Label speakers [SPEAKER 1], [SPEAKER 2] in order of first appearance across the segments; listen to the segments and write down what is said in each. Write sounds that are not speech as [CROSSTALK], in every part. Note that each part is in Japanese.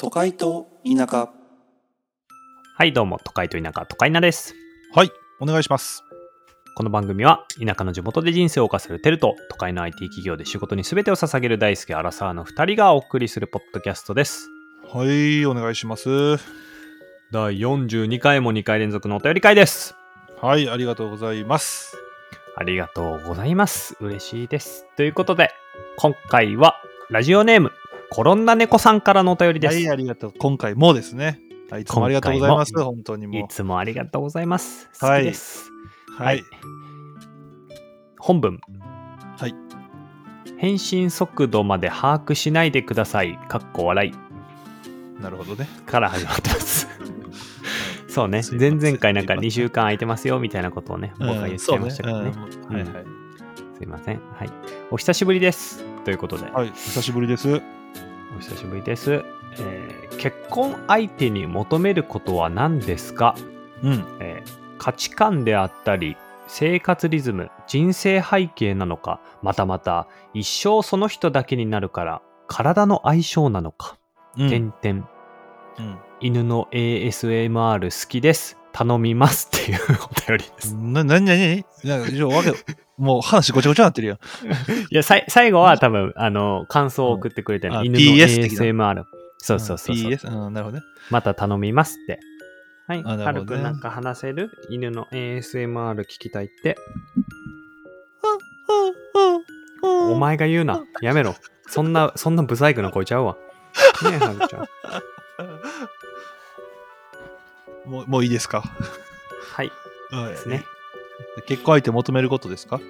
[SPEAKER 1] 都会と田舎
[SPEAKER 2] はい、どうも、都会と田舎、都会なです。
[SPEAKER 3] はい、お願いします。
[SPEAKER 2] この番組は、田舎の地元で人生を謳歌するテルと、都会の IT 企業で仕事に全てを捧げる大好きアラサーの2人がお送りするポッドキャストです。
[SPEAKER 3] はい、お願いします。は
[SPEAKER 2] 第42回も2回連続のお便り会です。
[SPEAKER 3] い、ありがとうございます。
[SPEAKER 2] ありがとうございます。嬉しいです。ということで、今回は、ラジオネーム、転んだ猫さんからのお便りで
[SPEAKER 3] は
[SPEAKER 2] す。
[SPEAKER 3] い、ありがとう。今回もですね。はい、いつもありがとうございます。
[SPEAKER 2] 今回
[SPEAKER 3] 本当に
[SPEAKER 2] い
[SPEAKER 3] も
[SPEAKER 2] つもありがとうございます。好
[SPEAKER 3] はい
[SPEAKER 2] きです。
[SPEAKER 3] う。はい、
[SPEAKER 2] 本文。
[SPEAKER 3] はい。
[SPEAKER 2] 返信速度まで把握しないでください。かっこ笑い。
[SPEAKER 3] なるほどね。
[SPEAKER 2] から始まって
[SPEAKER 3] [LAUGHS]
[SPEAKER 2] ます。そうね
[SPEAKER 3] すいませ
[SPEAKER 2] 前
[SPEAKER 3] ん
[SPEAKER 2] 々回なんか
[SPEAKER 3] すいません
[SPEAKER 2] 2週間空いてますよみたいなことをね僕は言っちゃいましたけどね,、
[SPEAKER 3] うんそうねうんはい
[SPEAKER 2] すいませんはいお久しぶりですということで、
[SPEAKER 3] はい。はい、久しぶりです。はい、
[SPEAKER 2] お久しぶりです、えー結婚相手に求めることは何ですか、
[SPEAKER 3] うん、
[SPEAKER 2] えー価値観であったり生活リズム人生背景なのかまたまた一生その人だけになるから体の相性なのか、
[SPEAKER 3] うん、
[SPEAKER 2] 点々
[SPEAKER 3] う
[SPEAKER 2] 犬の ASMR 好きです。頼みますっていうお便りです。
[SPEAKER 3] ん。な、なになになんか、以上
[SPEAKER 2] [LAUGHS]
[SPEAKER 3] わけ、もう話ごちゃごちゃなってるやん。
[SPEAKER 2] いや、さい最後は多分、あの、感想を送ってくれたの
[SPEAKER 3] あ
[SPEAKER 2] 犬の
[SPEAKER 3] PS 的
[SPEAKER 2] ASMR。そうそうそうそう。
[SPEAKER 3] ん PS、うん、なるほどね。
[SPEAKER 2] また頼みますって。はい。
[SPEAKER 3] あなるほど
[SPEAKER 2] 軽
[SPEAKER 3] ね
[SPEAKER 2] くなんか話せる犬の ASMR 聞きたいって。お前が言うな。やめろ。そんな、そんな不細工な声ちゃうわ。ねえ、はるちゃん。
[SPEAKER 3] もう、もういいですか。
[SPEAKER 2] はい。
[SPEAKER 3] はい
[SPEAKER 2] ですね。。
[SPEAKER 3] 結婚相手求めることですか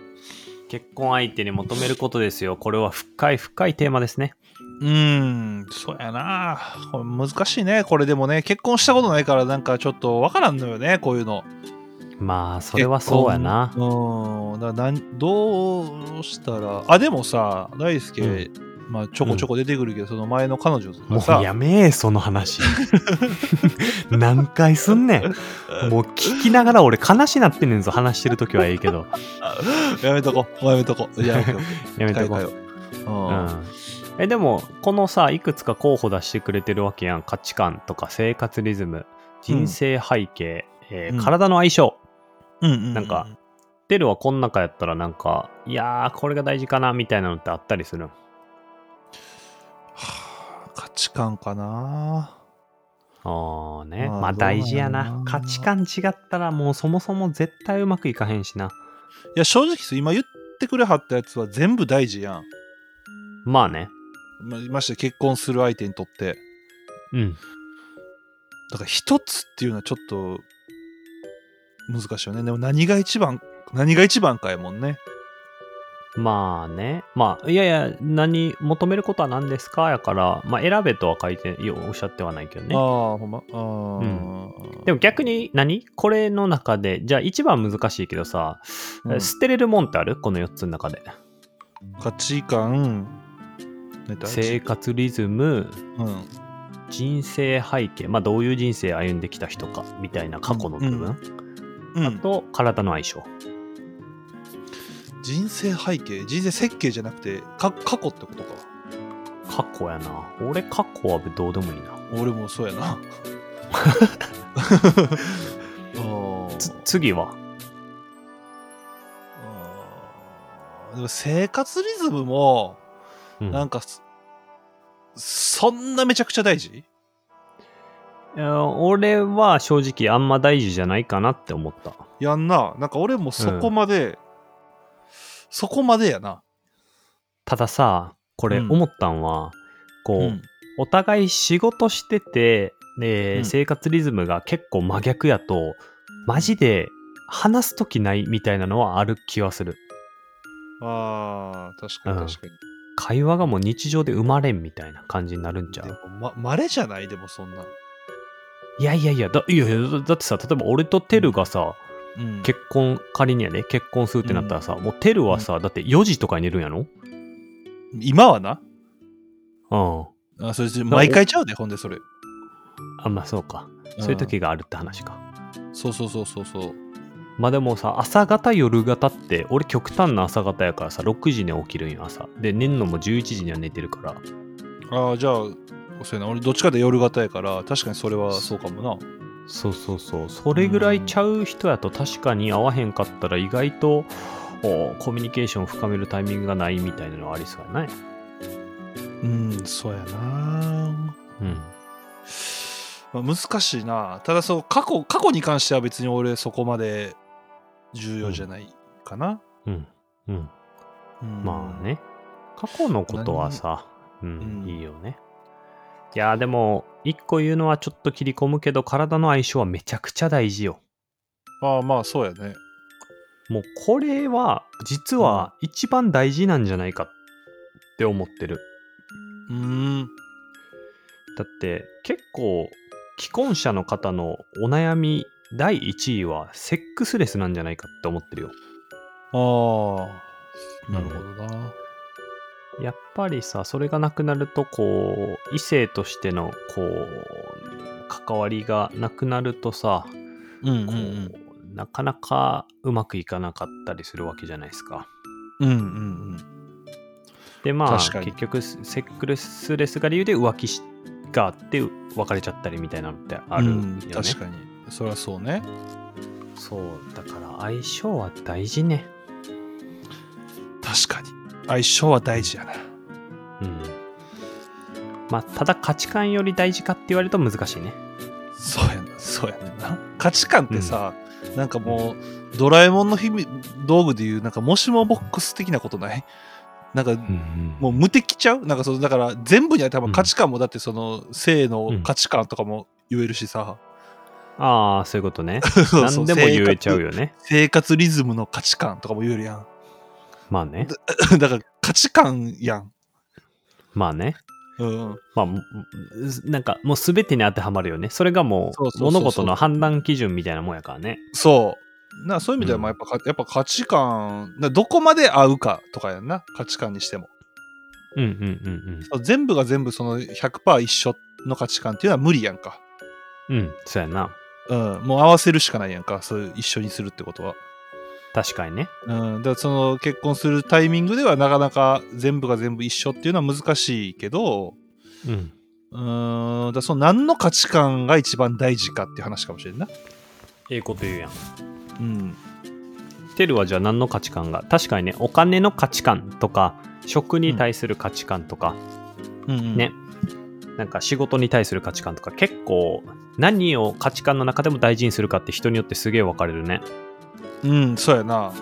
[SPEAKER 2] 結婚相手に求めることですよ。これは深い深いテーマですね。
[SPEAKER 3] うーん、そうやな。これ難しいね。これでもね、結婚したことないから、なんかちょっとわからんのよね、こういうの。
[SPEAKER 2] まあ、それはそうやな
[SPEAKER 3] 結。婚うん、だなんどうしたら。あ、でもさ、大輔、
[SPEAKER 2] うん
[SPEAKER 3] まあちょこちょこ出てくるけど、その前の彼女と
[SPEAKER 2] も
[SPEAKER 3] か
[SPEAKER 2] う
[SPEAKER 3] さ、
[SPEAKER 2] やめえ、その話。 [LAUGHS] 何回すんねん。もう聞きながら俺悲しなってんねんぞ、話してる時はええけど。
[SPEAKER 3] [LAUGHS] やめとこ、もうやめとこ。
[SPEAKER 2] [LAUGHS]
[SPEAKER 3] いや、オッケーオッケ
[SPEAKER 2] やめ
[SPEAKER 3] ー
[SPEAKER 2] とこ
[SPEAKER 3] 変え
[SPEAKER 2] う。
[SPEAKER 3] た
[SPEAKER 2] う
[SPEAKER 3] ようん
[SPEAKER 2] ん。え、でも、このさ、いくつか候補出してくれてるわけやん。価値観とか生活リズム、人生背景、えー
[SPEAKER 3] うん
[SPEAKER 2] 体の相性。
[SPEAKER 3] うんうんうん
[SPEAKER 2] なんか、テルはこん中やったらなんか、いやー、これが大事かな、みたいなのってあったりするん
[SPEAKER 3] はあ価値観かな。
[SPEAKER 2] ああね。
[SPEAKER 3] まあ
[SPEAKER 2] まあ大事や
[SPEAKER 3] どう
[SPEAKER 2] な
[SPEAKER 3] なん。や
[SPEAKER 2] 価
[SPEAKER 3] ろな
[SPEAKER 2] 値観違ったらもうそもそも絶対うまくいかへんしな。
[SPEAKER 3] いや、正直さ今言ってくれはったやつは全部大事やん。
[SPEAKER 2] まあね。
[SPEAKER 3] ままして結婚する相手にとって。
[SPEAKER 2] うん。
[SPEAKER 3] だから一つっていうのはちょっと難しいよね。でも何が一番、何が一番かやもんね。
[SPEAKER 2] まあね。まあ、いやいや、何、求めることは何ですかやから、まあ、選べとは書いて、いやおっしゃってはないけど
[SPEAKER 3] あ
[SPEAKER 2] ね。、
[SPEAKER 3] あほんま。ああ。
[SPEAKER 2] でも
[SPEAKER 3] も、
[SPEAKER 2] 逆に何、これの中で、じゃあ一番難しいけどさ、
[SPEAKER 3] うん
[SPEAKER 2] 捨てれるもんってあるこの4つの中で。
[SPEAKER 3] 価値観、ね、大
[SPEAKER 2] 生
[SPEAKER 3] 事
[SPEAKER 2] 活リズム、
[SPEAKER 3] うん。
[SPEAKER 2] 人生背景、まあ、どういう人生歩んできた人か、みたいな過去の部分、
[SPEAKER 3] うんうん、
[SPEAKER 2] と、体の相性。
[SPEAKER 3] 人生背景人生設計じゃなくてか過去ってことか
[SPEAKER 2] 過去やな。俺、過去はどうでもいいな。
[SPEAKER 3] 俺もそうやなあ
[SPEAKER 2] [LAUGHS]
[SPEAKER 3] あ
[SPEAKER 2] つ次は
[SPEAKER 3] ああでも生活リズムも
[SPEAKER 2] うん
[SPEAKER 3] なんかす、そんなめちゃくちゃ大事
[SPEAKER 2] いや俺は正直あんま大事じゃないかなって思った。
[SPEAKER 3] やんな。なんか俺もそこまで、そこまでやな。
[SPEAKER 2] たださこれ
[SPEAKER 3] うん
[SPEAKER 2] 思ったんは、こう、
[SPEAKER 3] うん
[SPEAKER 2] お互い仕事してて、ね
[SPEAKER 3] うん
[SPEAKER 2] 生活リズムが結構真逆やとマジで話す時ないみたいなのはある気はする
[SPEAKER 3] あー確か
[SPEAKER 2] うん
[SPEAKER 3] に確かに。
[SPEAKER 2] 会話がもう日常で生まれんみたいな感じになるんちゃ
[SPEAKER 3] で
[SPEAKER 2] う
[SPEAKER 3] も、ま、稀じゃないでもそんな。
[SPEAKER 2] いやいやいやだいやいやだだってさ例えば俺とテルがさ
[SPEAKER 3] うん
[SPEAKER 2] 結婚仮にやね結婚するってなったらさ、もうテルはさ、だって4時とかに寝るんやろ
[SPEAKER 3] 今はな。
[SPEAKER 2] う
[SPEAKER 3] あそれ毎回ちゃうで、ほんでそれ。
[SPEAKER 2] んあまあそうかそういう時があるって話か、
[SPEAKER 3] うん。そうそうそうそうそう。
[SPEAKER 2] まあでもさ朝方夜方って俺極端な朝方やからさ6時に起きるんよ朝で寝んのも11時には寝てるから
[SPEAKER 3] ああ、じゃあ、そうやな俺どっちかで夜型やから確かにそれはそうかもな
[SPEAKER 2] そうそうそうそれぐらいちゃう人やと確かに合わへんかったら意外とおコミュニケーションを深めるタイミングがないみたいなのはありそうやね
[SPEAKER 3] うんそうやな
[SPEAKER 2] うん
[SPEAKER 3] まあ難しいなただそう過去過去に関しては別に俺そこまで重要じゃないかな、
[SPEAKER 2] うんうん
[SPEAKER 3] うん
[SPEAKER 2] まあね過去のことはさ、うん
[SPEAKER 3] う、ん
[SPEAKER 2] いいよねいやーでも一個言うのはちょっと切り込むけど体の相性はめちゃくちゃ大事よ
[SPEAKER 3] まあまあそうやね
[SPEAKER 2] もうこれは実は一番大事なんじゃないかって思ってる
[SPEAKER 3] うん
[SPEAKER 2] だって結構既婚者の方のお悩み第1位はセックスレスなんじゃないかって思ってるよ
[SPEAKER 3] ああなるほどな
[SPEAKER 2] やっぱりさそれがなくなるとこう異性としてのこう関わりがなくなるとさ
[SPEAKER 3] うんうん
[SPEAKER 2] こう、なかなかうまくいかなかったりするわけじゃないですか。
[SPEAKER 3] うんうんうん
[SPEAKER 2] でまあ
[SPEAKER 3] 確かに
[SPEAKER 2] 結局セックスレスが理由で浮気しがあって別れちゃったりみたいなのってあるよね。
[SPEAKER 3] うん確かにそれはそうね
[SPEAKER 2] そうだから相性は大事ね。
[SPEAKER 3] 確かに相性は大事やな
[SPEAKER 2] うん。まあただ価値観より大事かって言われると難しいね。
[SPEAKER 3] そうやなそうやねんな価値観ってさ、なんかもうドラえもんの日々道具でいうなんかもしもボックス的なことないなんかもう無敵ちゃうなんかそのだから全部に多分価値観もだってその性の価値観とかも言えるしさ、
[SPEAKER 2] ああそういうことね。
[SPEAKER 3] [LAUGHS] そうそ
[SPEAKER 2] 何
[SPEAKER 3] う
[SPEAKER 2] でも言えちゃう
[SPEAKER 3] 生活
[SPEAKER 2] よね。
[SPEAKER 3] 生活リズムの価値観とかも言えるやん [LAUGHS]
[SPEAKER 2] まあね。
[SPEAKER 3] だから価値観やん
[SPEAKER 2] まあね。
[SPEAKER 3] うん
[SPEAKER 2] まあ、もなんかもう全てに当てはまるよね。それがも
[SPEAKER 3] そうそう
[SPEAKER 2] う
[SPEAKER 3] そうそう
[SPEAKER 2] 物事の判断基準みたいなもんやからね。
[SPEAKER 3] そうなそういう意味ではまあやっぱか、やっぱ価値観などこまで合うかとかやんな価値観にしても
[SPEAKER 2] うんうんうん
[SPEAKER 3] 全部が全部その100%一緒の価値観っていうのは無理やんか。
[SPEAKER 2] うん。うん、そうやな。
[SPEAKER 3] うん、もう合わせるしかないやんか、そういう一緒にするってことは。
[SPEAKER 2] 確かにね。
[SPEAKER 3] うん、だからその結婚するタイミングではなかなか全部が全部一緒っていうのは難しいけど、
[SPEAKER 2] うん。
[SPEAKER 3] うん、だからその何の価値観が一番大事かっていう話かもしれんな。
[SPEAKER 2] ええこと言うやん。
[SPEAKER 3] うん。
[SPEAKER 2] テルはじゃあ何の価値観が確かにね、お金の価値観とか、食に対する価値観とか、
[SPEAKER 3] うんうん
[SPEAKER 2] ね。なんか仕事に対する価値観とか、結構何を価値観の中でも大事にするかって人によってすげえ分かれるね。
[SPEAKER 3] うん、そうやな。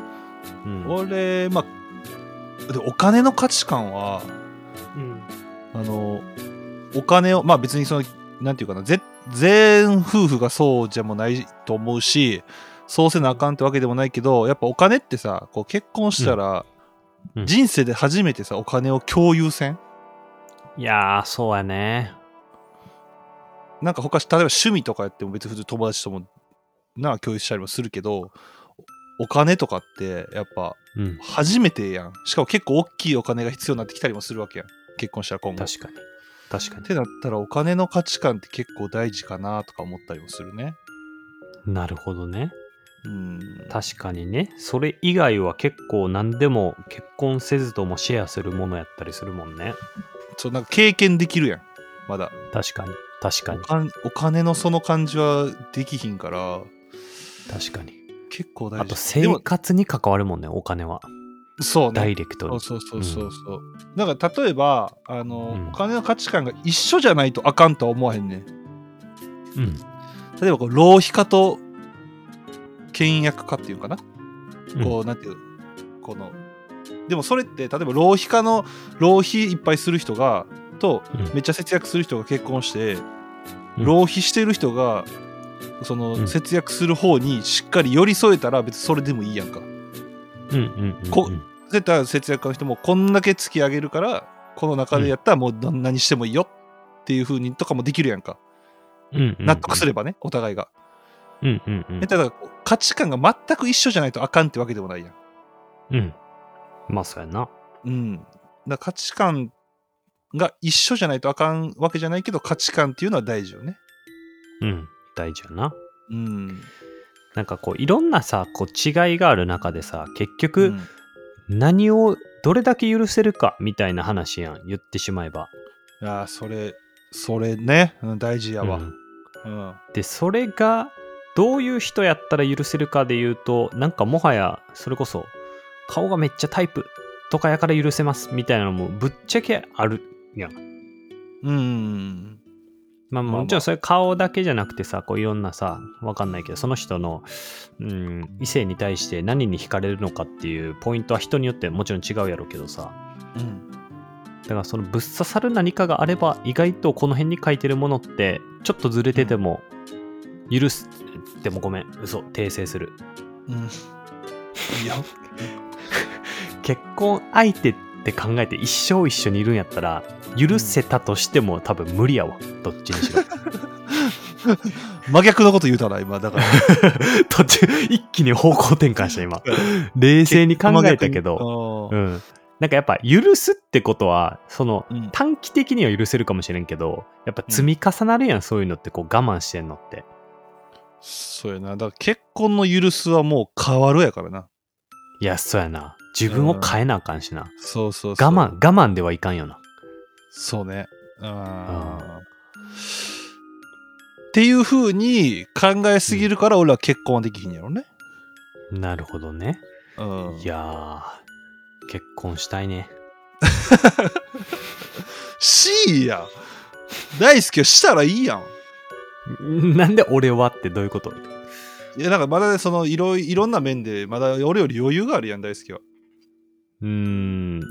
[SPEAKER 2] うん。
[SPEAKER 3] 俺、まあ、でお金の価値観は、
[SPEAKER 2] うん
[SPEAKER 3] あのお金をまあ別にそのなんていうかなぜ全夫婦がそうじゃもないと思うしそうせなあかんってわけでもないけどやっぱお金ってさこう結婚したら、
[SPEAKER 2] うんうん
[SPEAKER 3] 人生で初めてさお金を共有せん
[SPEAKER 2] いやー、そうやね。
[SPEAKER 3] なんか他例えば趣味とかやっても別に普通友達ともなあ共有したりもするけどおお金とかってやっぱ
[SPEAKER 2] うん。
[SPEAKER 3] 初めてやんしかも結構大きいお金が必要になってきたりもするわけやん結婚したら今後っ
[SPEAKER 2] 確かに。確かに。
[SPEAKER 3] てなったらお金の価値観って結構大事かなとか思ったりもするね
[SPEAKER 2] なるほどね。
[SPEAKER 3] うん
[SPEAKER 2] 確かにね。それ以外は結構何でも結婚せずともシェアするものやったりするもんね。
[SPEAKER 3] そうなんか経験できるやんまだ
[SPEAKER 2] 確かに。確か
[SPEAKER 3] お
[SPEAKER 2] に。
[SPEAKER 3] かんお金のその感じはできひんから
[SPEAKER 2] 確かに。
[SPEAKER 3] 結構大事
[SPEAKER 2] あと
[SPEAKER 3] で
[SPEAKER 2] 生
[SPEAKER 3] も
[SPEAKER 2] 活に関わるもんね、お金は。
[SPEAKER 3] そう
[SPEAKER 2] ダ
[SPEAKER 3] ね
[SPEAKER 2] イレクト
[SPEAKER 3] そう
[SPEAKER 2] に。
[SPEAKER 3] そうそうそうそうなんか例えばあの、
[SPEAKER 2] うん
[SPEAKER 3] お金の価値観が一緒じゃないとあかんとは思わへんねん
[SPEAKER 2] うん。
[SPEAKER 3] 例えばこう浪費家と倹約家っていうかな、
[SPEAKER 2] うん
[SPEAKER 3] こうなんていうこのでもそれって例えば浪費家の浪費いっぱいする人がと
[SPEAKER 2] うん
[SPEAKER 3] めっちゃ節約する人が結婚して、
[SPEAKER 2] うん
[SPEAKER 3] 浪費してる人がそ
[SPEAKER 2] うん
[SPEAKER 3] の節約する方にしっかり寄り添えたら別にそれでもいいやんか
[SPEAKER 2] うんうんうん。
[SPEAKER 3] こ絶対節約家の人もこんだけ突き上げるからこの中でやったらもうどんなにしてもいいよっていう風にとかもできるやんか
[SPEAKER 2] うん。
[SPEAKER 3] 納得す
[SPEAKER 2] る。
[SPEAKER 3] ればねお互いが
[SPEAKER 2] うんうんうん
[SPEAKER 3] え。ただこう価値観が全く一緒じゃないとあかんってわけでもないやん。
[SPEAKER 2] うん。まあ、そうやな。
[SPEAKER 3] うん、だから価値観が一緒じゃないとあかんわけじゃないけど価値観っていうのは大事よね。
[SPEAKER 2] うん。大事やな。
[SPEAKER 3] うん。
[SPEAKER 2] なんかこう、いろんなさ、こう、違いがある中でさ、結局、
[SPEAKER 3] うん
[SPEAKER 2] 何をどれだけ許せるかみたいな話やん言ってしまえば
[SPEAKER 3] ああそれそれね、うん大事やわ。
[SPEAKER 2] うん
[SPEAKER 3] うん。
[SPEAKER 2] でそれがどういう人やったら許せるかで言うとなんかもはやそれこそ顔がめっちゃタイプとかやから許せますみたいなのもぶっちゃけある
[SPEAKER 3] うん。
[SPEAKER 2] まあ、
[SPEAKER 3] まあまあ
[SPEAKER 2] もちろんそれ顔だけじゃなくてさこういろんなさわかんないけどその人の、うん、異性に対して何に惹かれるのかっていうポイントは人によってもちろん違うやろうけどさ
[SPEAKER 3] うん。
[SPEAKER 2] だからそのぶっ刺さる何かがあれば意外とこの辺に書いてるものってちょっとずれてても許す、でもごめん嘘訂正する
[SPEAKER 3] うん。いいよ。
[SPEAKER 2] 結婚相手って考えて一生一緒にいるんやったら許せたとしても多分無理やわどっちにしろ
[SPEAKER 3] 真逆のこと言うたな、
[SPEAKER 2] [LAUGHS]
[SPEAKER 3] 今。だから。
[SPEAKER 2] 途中一気に方向転換した今冷静に考えたけど、
[SPEAKER 3] ど
[SPEAKER 2] う。ん、なんかやっぱ許すってことはその
[SPEAKER 3] うん
[SPEAKER 2] 短期的には許せるかもしれんけどやっぱ積み重なるやんそういうのってこう我慢してんのって
[SPEAKER 3] そうやな。だから結婚の許すはもう変わるやからな。
[SPEAKER 2] いやそうやな自分を変えなあかんしな
[SPEAKER 3] そうそうそう。
[SPEAKER 2] 我慢我慢ではいかんよな
[SPEAKER 3] そうね。うん。っていう風に考えすぎるから俺は結婚はできひんやろね。
[SPEAKER 2] なるほどね
[SPEAKER 3] うん。
[SPEAKER 2] いやー結婚したいね [LAUGHS]
[SPEAKER 3] しいやん。大好きはしたらいいやん。
[SPEAKER 2] なんで俺はってどういうこと
[SPEAKER 3] いや、なんかまだねそのいろいろんな面で、まだ俺より余裕があるやん、大好きは。
[SPEAKER 2] うー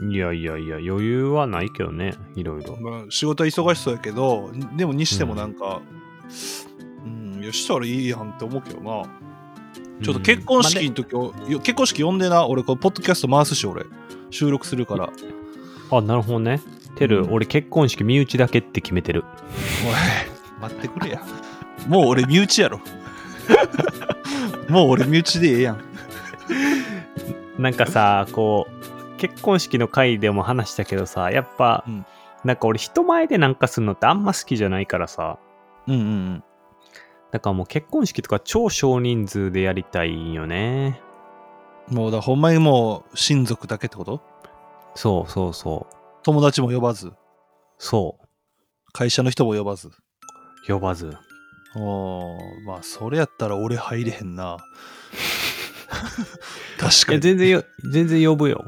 [SPEAKER 2] ん、いやいやいや、余裕はないけどね、いろいろ。
[SPEAKER 3] まあ、仕事は忙しそうやけど、でもにしてもなんか、うん、いや、したらいいやんって思うけどな。ちょっと結婚式
[SPEAKER 2] うん
[SPEAKER 3] の時、よ結婚式呼んでな、俺、これポッドキャスト回すし、俺、収録するから。
[SPEAKER 2] まあねあ、なるほどね。てる、
[SPEAKER 3] うん
[SPEAKER 2] 俺結婚式身内だけって決めてる。
[SPEAKER 3] おい、待ってくれや。もう俺、身内や [LAUGHS] ろ。もう俺、身内でええやん。
[SPEAKER 2] なんかさ、こう、結婚式の回でも話したけどさ、やっぱ、
[SPEAKER 3] うん
[SPEAKER 2] なんか俺人前でなんかするのってあんま好きじゃないからさ、
[SPEAKER 3] うんうん
[SPEAKER 2] だからもう結婚式とか超少人数でやりたいんよね。
[SPEAKER 3] うん。もうだ、ほんまにもう、親族だけってこと
[SPEAKER 2] そうそうそう。
[SPEAKER 3] 友達も呼ばず、
[SPEAKER 2] そ
[SPEAKER 3] 会社の人も呼ばず。
[SPEAKER 2] う。呼ばず。
[SPEAKER 3] おーまあ、それやったら俺入れへんな。
[SPEAKER 2] いや、
[SPEAKER 3] [LAUGHS] 確かに。
[SPEAKER 2] 全然よ、全然呼ぶよ。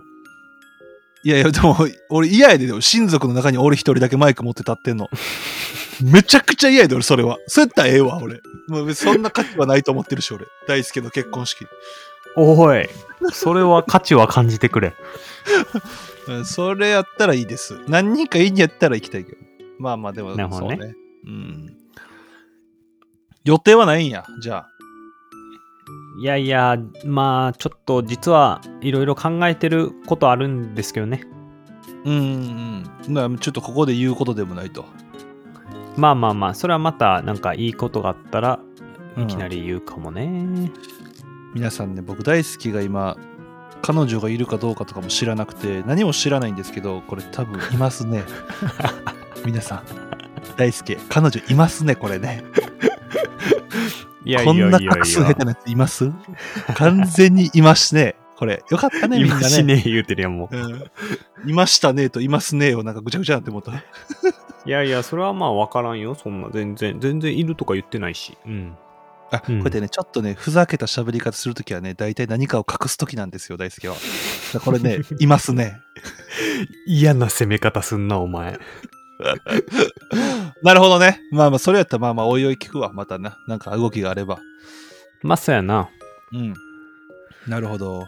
[SPEAKER 3] いやいや、でも、俺嫌やで、でも親族の中に俺一人だけマイク持って立ってんの。 [LAUGHS] めちゃくちゃ嫌やで、俺、それは。そうやったらええわ、俺。もう別にそんな価値はないと思ってるし、俺。大輔の結婚式。
[SPEAKER 2] おい、それは価値は感じてくれ。
[SPEAKER 3] うんそれやったらいいです。何人かいいんやったら行きたいけど。まあまあ、でも、
[SPEAKER 2] なるほどね
[SPEAKER 3] そうね。うん。予定はないんや、じゃあ。
[SPEAKER 2] いやいや、まあ、ちょっと実はいろいろ考えてることあるんですけどね。
[SPEAKER 3] うん、うん。なちょっとここで言うことでもないと。
[SPEAKER 2] まあまあまあ、それはまたなんかいいことがあったら
[SPEAKER 3] うん
[SPEAKER 2] いきなり言うかもね。
[SPEAKER 3] 皆さんね僕大好きが今彼女がいるかどうかとかも知らなくて何も知らないんですけどこれ多分いま
[SPEAKER 2] [LAUGHS]
[SPEAKER 3] すね皆さん大好き彼女いますねこれね
[SPEAKER 2] いやい
[SPEAKER 3] こ
[SPEAKER 2] やい
[SPEAKER 3] ん
[SPEAKER 2] や
[SPEAKER 3] ない
[SPEAKER 2] や。
[SPEAKER 3] 隠す下手なやつ
[SPEAKER 2] [LAUGHS]
[SPEAKER 3] います完全にいますねこれよかったねみん
[SPEAKER 2] 今
[SPEAKER 3] な
[SPEAKER 2] し
[SPEAKER 3] ね
[SPEAKER 2] ねえ言うてるやん、も
[SPEAKER 3] うんいましたねといますねをなんかぐちゃぐちゃなって思った
[SPEAKER 2] う。いやいや、それはまあわからんよ。そんな、全然、全然いるとか言ってないし。うん。
[SPEAKER 3] あ、
[SPEAKER 2] うん
[SPEAKER 3] こうやってね、ちょっとね、ふざけた喋り方するときはね、大体何かを隠すときなんですよ、大輔は。だからこれね、 [LAUGHS] いますね。
[SPEAKER 2] 嫌な攻め方すんな、お前。
[SPEAKER 3] なるほどね。まあまあ、それやったらまあまあ、おいおい聞くわ。またな。なんか動きがあれば。
[SPEAKER 2] まあ、そうやな。
[SPEAKER 3] うん。なるほど。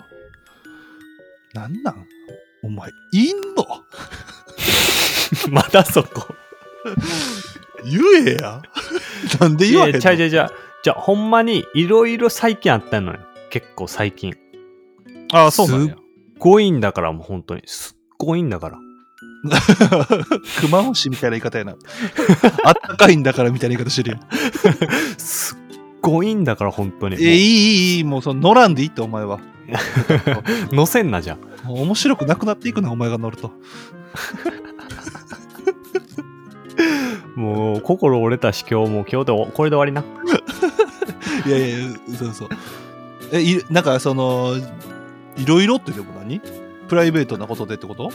[SPEAKER 3] なんなんお前、インド
[SPEAKER 2] [LAUGHS] またそこ。
[SPEAKER 3] 言えや。 [LAUGHS] なんで
[SPEAKER 2] い
[SPEAKER 3] 言わ
[SPEAKER 2] や
[SPEAKER 3] へ
[SPEAKER 2] い
[SPEAKER 3] んの
[SPEAKER 2] や、ちゃいちゃいちゃい。じゃあ、ほんまにいろいろ最近あったのよ。結構最近。
[SPEAKER 3] ああ、そうなんや
[SPEAKER 2] す。すっごいんだから、もう本当に。すっごいんだから。
[SPEAKER 3] [LAUGHS] 熊星みたいな言い方やな。あったかいんだからみたいな言い方してるやん。
[SPEAKER 2] すっごいんだから、本当に。
[SPEAKER 3] え、いいいいいい、もうその乗らんでいいって、お前 [LAUGHS] は。
[SPEAKER 2] 乗せんな、じゃあ
[SPEAKER 3] もう面白くなくなっていくな、お前が乗ると。
[SPEAKER 2] もう、心折れたし、今日もう今日でお、これで終わりな。
[SPEAKER 3] いやいや、そうそう。え、いなんかその、いろいろってでも何プライベートなことでってこと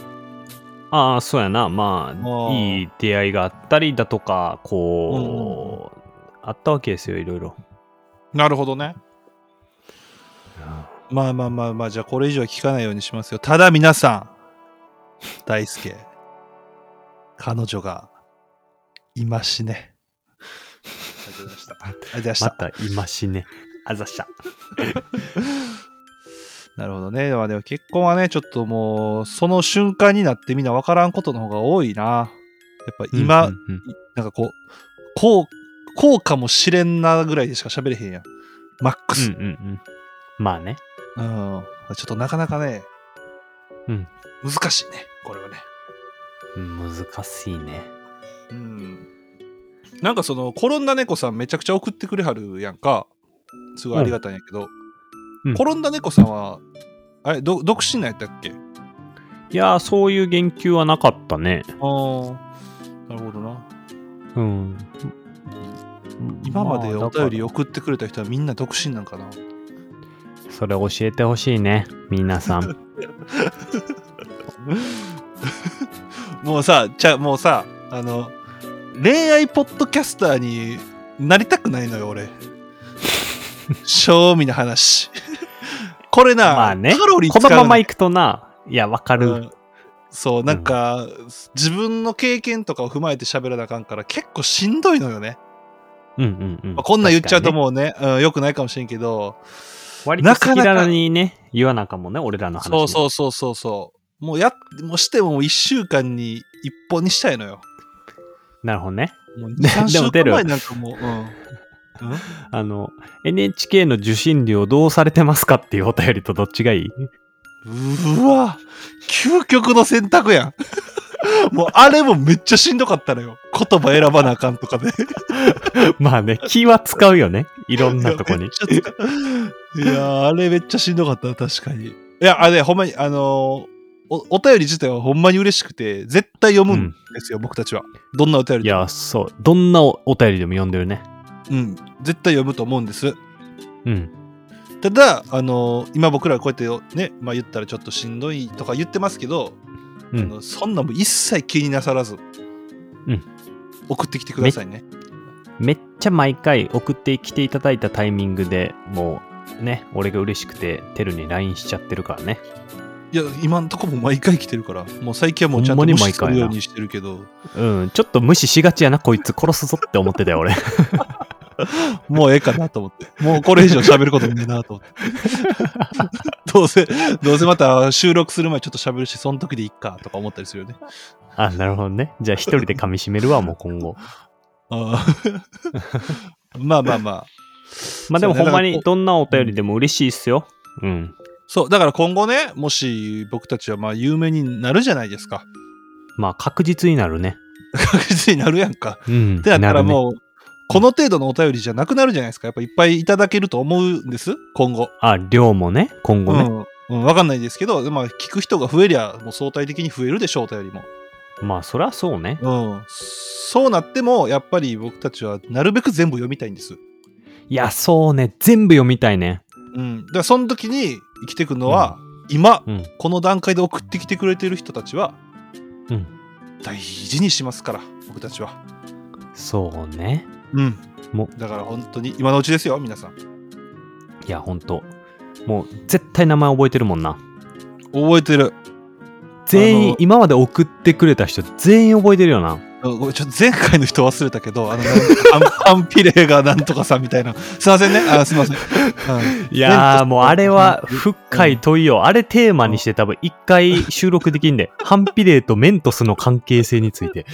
[SPEAKER 2] ああ、そうやな。ま
[SPEAKER 3] あ
[SPEAKER 2] あ、
[SPEAKER 3] あ
[SPEAKER 2] いい出会いがあったりだとか、こう、あったわけですよ、いろいろ。
[SPEAKER 3] なるほどね。まあまあまあまあ、じゃあこれ以上は聞かないようにしますよ。ただ皆さん、大輔、彼女がいまし [LAUGHS] ね。ありがとうございました。ありがとうございまし
[SPEAKER 2] ま
[SPEAKER 3] た。
[SPEAKER 2] た、今しね。あざした。
[SPEAKER 3] なるほどね。まあでも結婚はね、ちょっともう、その瞬間になってみんなわからんことの方が多いな。やっぱ今、
[SPEAKER 2] うんうんうん
[SPEAKER 3] なんかこう、こう、こうかもしれんなぐらいでしか喋れへんやん。マックス。
[SPEAKER 2] うんうんうん。まあね。
[SPEAKER 3] うん。ちょっとなかなかね、
[SPEAKER 2] うん。
[SPEAKER 3] 難しいね、これはね。
[SPEAKER 2] 難しいね。
[SPEAKER 3] うん。なんかその、転んだ猫さんめちゃくちゃ送ってくれはるやんか。すごいありがたいんやけど、
[SPEAKER 2] うん
[SPEAKER 3] 転んだ猫さんは、あれ、ど独身なんやったっけあ
[SPEAKER 2] いやー、そういう言及はなかったね。
[SPEAKER 3] あ。なるほどな。
[SPEAKER 2] うん。
[SPEAKER 3] 今までお便り
[SPEAKER 2] を。
[SPEAKER 3] 送ってくれた人はみんな独身なんかな。
[SPEAKER 2] それ教えてほしいね、皆さ
[SPEAKER 3] [LAUGHS]
[SPEAKER 2] ん。
[SPEAKER 3] もうさ、じゃあもうさ、あの、恋愛ポッドキャスターになりたくないの
[SPEAKER 2] [LAUGHS]
[SPEAKER 3] よ、俺。正味な話。これな、
[SPEAKER 2] まあね
[SPEAKER 3] カロリー
[SPEAKER 2] こ
[SPEAKER 3] 使う
[SPEAKER 2] のまま
[SPEAKER 3] い
[SPEAKER 2] 行くとな、いや、わかる。
[SPEAKER 3] そう、なんか、自分の経験とかを踏まえて喋らなあかんから、結構しんどいのよね。
[SPEAKER 2] うんうんうん。
[SPEAKER 3] まあこんなん言っちゃうと
[SPEAKER 2] う。
[SPEAKER 3] もうね、うん、よくないかもしれんけど、
[SPEAKER 2] 割と赤裸々にね、言わなあかんもんね、俺らの話
[SPEAKER 3] そう
[SPEAKER 2] も。
[SPEAKER 3] そうそうそうそう。もうやっ、もうしても1週間に1本にしたいのよ。
[SPEAKER 2] なるほどね。
[SPEAKER 3] もう
[SPEAKER 2] で
[SPEAKER 3] 3週
[SPEAKER 2] でも出
[SPEAKER 3] 間
[SPEAKER 2] る
[SPEAKER 3] 前なんかもう、うん。うん
[SPEAKER 2] あの、NHK の受信料どうされてますかっていうお便りとどっちがいいう [LAUGHS]
[SPEAKER 3] わ究極の選択やん [LAUGHS] もうあれもめっちゃしんどかったのよ言葉選ばなあかんとかで
[SPEAKER 2] まあね、気は使うよね。いろんなとこ
[SPEAKER 3] [LAUGHS] い
[SPEAKER 2] に。
[SPEAKER 3] やめっちゃ使ういやーあれめっちゃしんどかったな確かにいやあれほんまにあのーおお便り自体はほんまに嬉しくて絶対読むんですよ、僕たちはどんなお便り
[SPEAKER 2] い
[SPEAKER 3] でも
[SPEAKER 2] や、そう。どんなおお便りでも読んでるね。
[SPEAKER 3] うん絶対読むと思うんです
[SPEAKER 2] うん。
[SPEAKER 3] ただあのー今僕らこうやってねまあ言ったらちょっとしんどいとか言ってますけど、
[SPEAKER 2] う
[SPEAKER 3] あ
[SPEAKER 2] ん。
[SPEAKER 3] のそんなんも一切気になさらず、
[SPEAKER 2] うん
[SPEAKER 3] 送ってきてくださいね。
[SPEAKER 2] めっちゃ毎回送ってきていただいたタイミングでもうね、俺が嬉しくて、テルに LINE しちゃってるからね。
[SPEAKER 3] いや、今んとこも毎回来てるから、もう最近はもうちゃ
[SPEAKER 2] ほ
[SPEAKER 3] んと
[SPEAKER 2] んまに
[SPEAKER 3] 無視す
[SPEAKER 2] 毎回
[SPEAKER 3] る
[SPEAKER 2] な
[SPEAKER 3] ようにしてるけど、
[SPEAKER 2] うん、ちょっと無視しがちやな、こいつ殺すぞって思ってたよ、俺。 [LAUGHS]
[SPEAKER 3] もうええかなと思って、 [LAUGHS] もうこれ以上喋ることねえなと思って。 [LAUGHS] どうせ、どうせまた収録する前ちょっと喋るし、その時でいっかとか思ったりするよね。
[SPEAKER 2] あ、なるほどね。じゃあ一人で噛み締めるわ、もう今後。
[SPEAKER 3] あー [LAUGHS] まあまあまあ。
[SPEAKER 2] まあでも
[SPEAKER 3] そ
[SPEAKER 2] ほんま
[SPEAKER 3] うねだから
[SPEAKER 2] に
[SPEAKER 3] こ
[SPEAKER 2] どんなお便りでも嬉しいっすよ。うん。
[SPEAKER 3] そう、だから今後ね、もし僕たちはまあ有名になるじゃないですか。
[SPEAKER 2] まあ確実になるね。
[SPEAKER 3] 確実になるやんか。
[SPEAKER 2] うん。
[SPEAKER 3] ってなったら
[SPEAKER 2] るね
[SPEAKER 3] もう、この程度のお便りじゃなくなるじゃないですか。やっぱいっぱいいただけると思うんです、今後。
[SPEAKER 2] あ、量もね、今後ね。
[SPEAKER 3] うん。うん、わかんないですけど、まあ、聞く人が増えりゃ、もう相対的に増えるでしょう、お便りも。
[SPEAKER 2] まあそりゃそうね。
[SPEAKER 3] うん。そうなっても、やっぱり僕たちは、なるべく全部読みたいんです。
[SPEAKER 2] いや、そうね。全部読みたいね。
[SPEAKER 3] うん。だから、その時に生きてくのは、今、
[SPEAKER 2] うん。
[SPEAKER 3] この段階で送ってきてくれてる人たちは、
[SPEAKER 2] うん。
[SPEAKER 3] 大事にしますから、僕たちは。
[SPEAKER 2] そうね。
[SPEAKER 3] うん。
[SPEAKER 2] も
[SPEAKER 3] だから、本当に、今のうちですよ、皆さん。
[SPEAKER 2] いや、ほんと。もう絶対名前覚えてるもんな。
[SPEAKER 3] 覚えてる。
[SPEAKER 2] 全
[SPEAKER 3] あ
[SPEAKER 2] 員
[SPEAKER 3] の、
[SPEAKER 2] 今まで送ってくれた人、全員覚えてるよな。
[SPEAKER 3] うんごめんちょっと前回の人忘れたけど、あの、なんかアンアン [LAUGHS] ピレがなんとかさんみたいな。すいませんね。あすいません。うん
[SPEAKER 2] いやー、もうあれは
[SPEAKER 3] うん
[SPEAKER 2] 深い問いよ。あれテーマにして多分一回収録でき
[SPEAKER 3] [LAUGHS]
[SPEAKER 2] んで。ハンピレーとメントスの関係性について。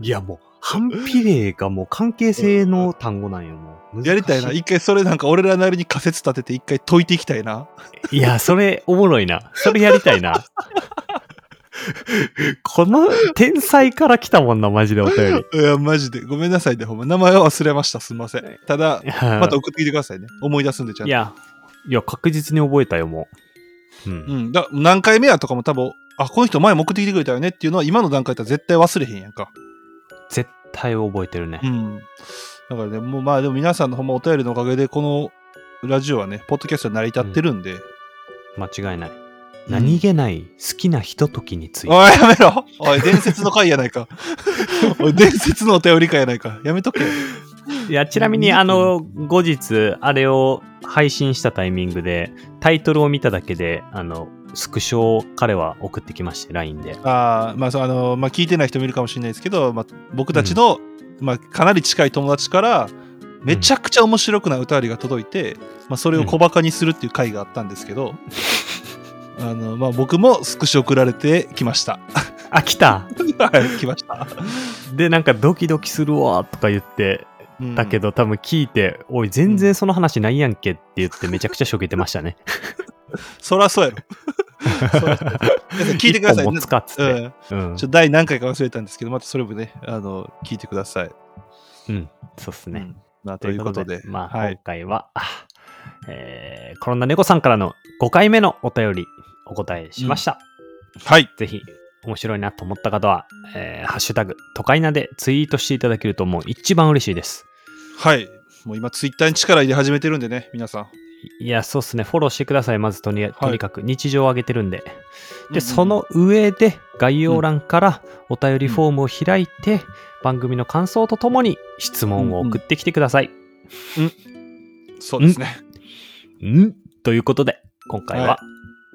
[SPEAKER 2] いや、もう、ハンピレーがもう関係性の単語なんよ、もう。
[SPEAKER 3] やりたいな。
[SPEAKER 2] 難し
[SPEAKER 3] 一回それなんか俺らなりに仮説立てて一回解いていきたいな。
[SPEAKER 2] いいや、それおもろいな。それやりたい
[SPEAKER 3] [LAUGHS]
[SPEAKER 2] な。この天才から来たもんな、マジでお便
[SPEAKER 3] いや、マジで。ごめんなさいね。ほんま。名前は忘れました。すいません。ただ、
[SPEAKER 2] り。
[SPEAKER 3] [LAUGHS] また送ってきてくださいね。思い出すんでちゃ
[SPEAKER 2] い
[SPEAKER 3] んと。
[SPEAKER 2] や、いや、確実に覚えたよ、もう。うん。
[SPEAKER 3] うん。だ何回目やとかも多分、あ、この人前も送ってきてくれたよねっていうのは今の段階では絶対忘れへんやんか。
[SPEAKER 2] 絶対覚えてるね
[SPEAKER 3] う。ん。だからね、もうまあでも皆さんのほんまお便りのおかげで、このラジオはね、ポッドキャストに成り立ってるんで、
[SPEAKER 2] 間違いない。何気ない好きなひとときについて、
[SPEAKER 3] おい、やめろ。おい、伝説の回やないか。おい、伝説のお便り会やないか。やめとけ。
[SPEAKER 2] いやちなみに
[SPEAKER 3] うん
[SPEAKER 2] あの後日あれを配信したタイミングでタイトルを見ただけであのスクショを彼は送ってきまして LINE で
[SPEAKER 3] あーまあ、そうあの、まあ、聞いてない人もいるかもしれないですけど、まあ、僕たちの、まあ、かなり近い友達から、めちゃくちゃ面白くない歌ありが届いて、まあ、それを小バカにするっていう回があったんですけ [LAUGHS] ど、あの、まあ、僕もスクショ送られてきました。
[SPEAKER 2] あ来た
[SPEAKER 3] はい、 [LAUGHS] 来ました。
[SPEAKER 2] でなんかドキドキするわとか言って
[SPEAKER 3] うん
[SPEAKER 2] だけど多分聞いて「おい全然その話ないやんけ」って言ってめちゃくちゃしょげてました [LAUGHS] ね
[SPEAKER 3] そらそうやろ。 [LAUGHS] そらそうやろ皆さん聞いてくださ
[SPEAKER 2] 一
[SPEAKER 3] い。
[SPEAKER 2] 本持つかっつって、
[SPEAKER 3] うん
[SPEAKER 2] うん
[SPEAKER 3] ちょ第何回か忘れたんですけど、またそれもね、あの聞いてください。
[SPEAKER 2] そうっすね、
[SPEAKER 3] うんまあ、ということで、
[SPEAKER 2] まあ、
[SPEAKER 3] はい
[SPEAKER 2] 今、回は、あえー、コロナ猫さんからの5回目のお便りお答えしました。
[SPEAKER 3] はい、
[SPEAKER 2] ぜひ、面白いなと思った方は、えーハッシュタグ、都会なでツイートしていただけるともう一番嬉しいです。
[SPEAKER 3] はいもう今、ツイッターに力入れ始めてるんでね、皆さん。
[SPEAKER 2] いや、そうっすね。フォローしてください。まずとに,、とにかく日常を上げてるんで。
[SPEAKER 3] うんう
[SPEAKER 2] で、
[SPEAKER 3] ん
[SPEAKER 2] その上で概要欄からお便りフォームを開いて、番組の感想とともに質問を送ってきてください。
[SPEAKER 3] そうですね。
[SPEAKER 2] んということで、今回
[SPEAKER 3] は
[SPEAKER 2] は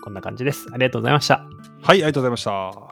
[SPEAKER 2] こんな感じです。ありがとうございました。
[SPEAKER 3] はい、ありがとうございました。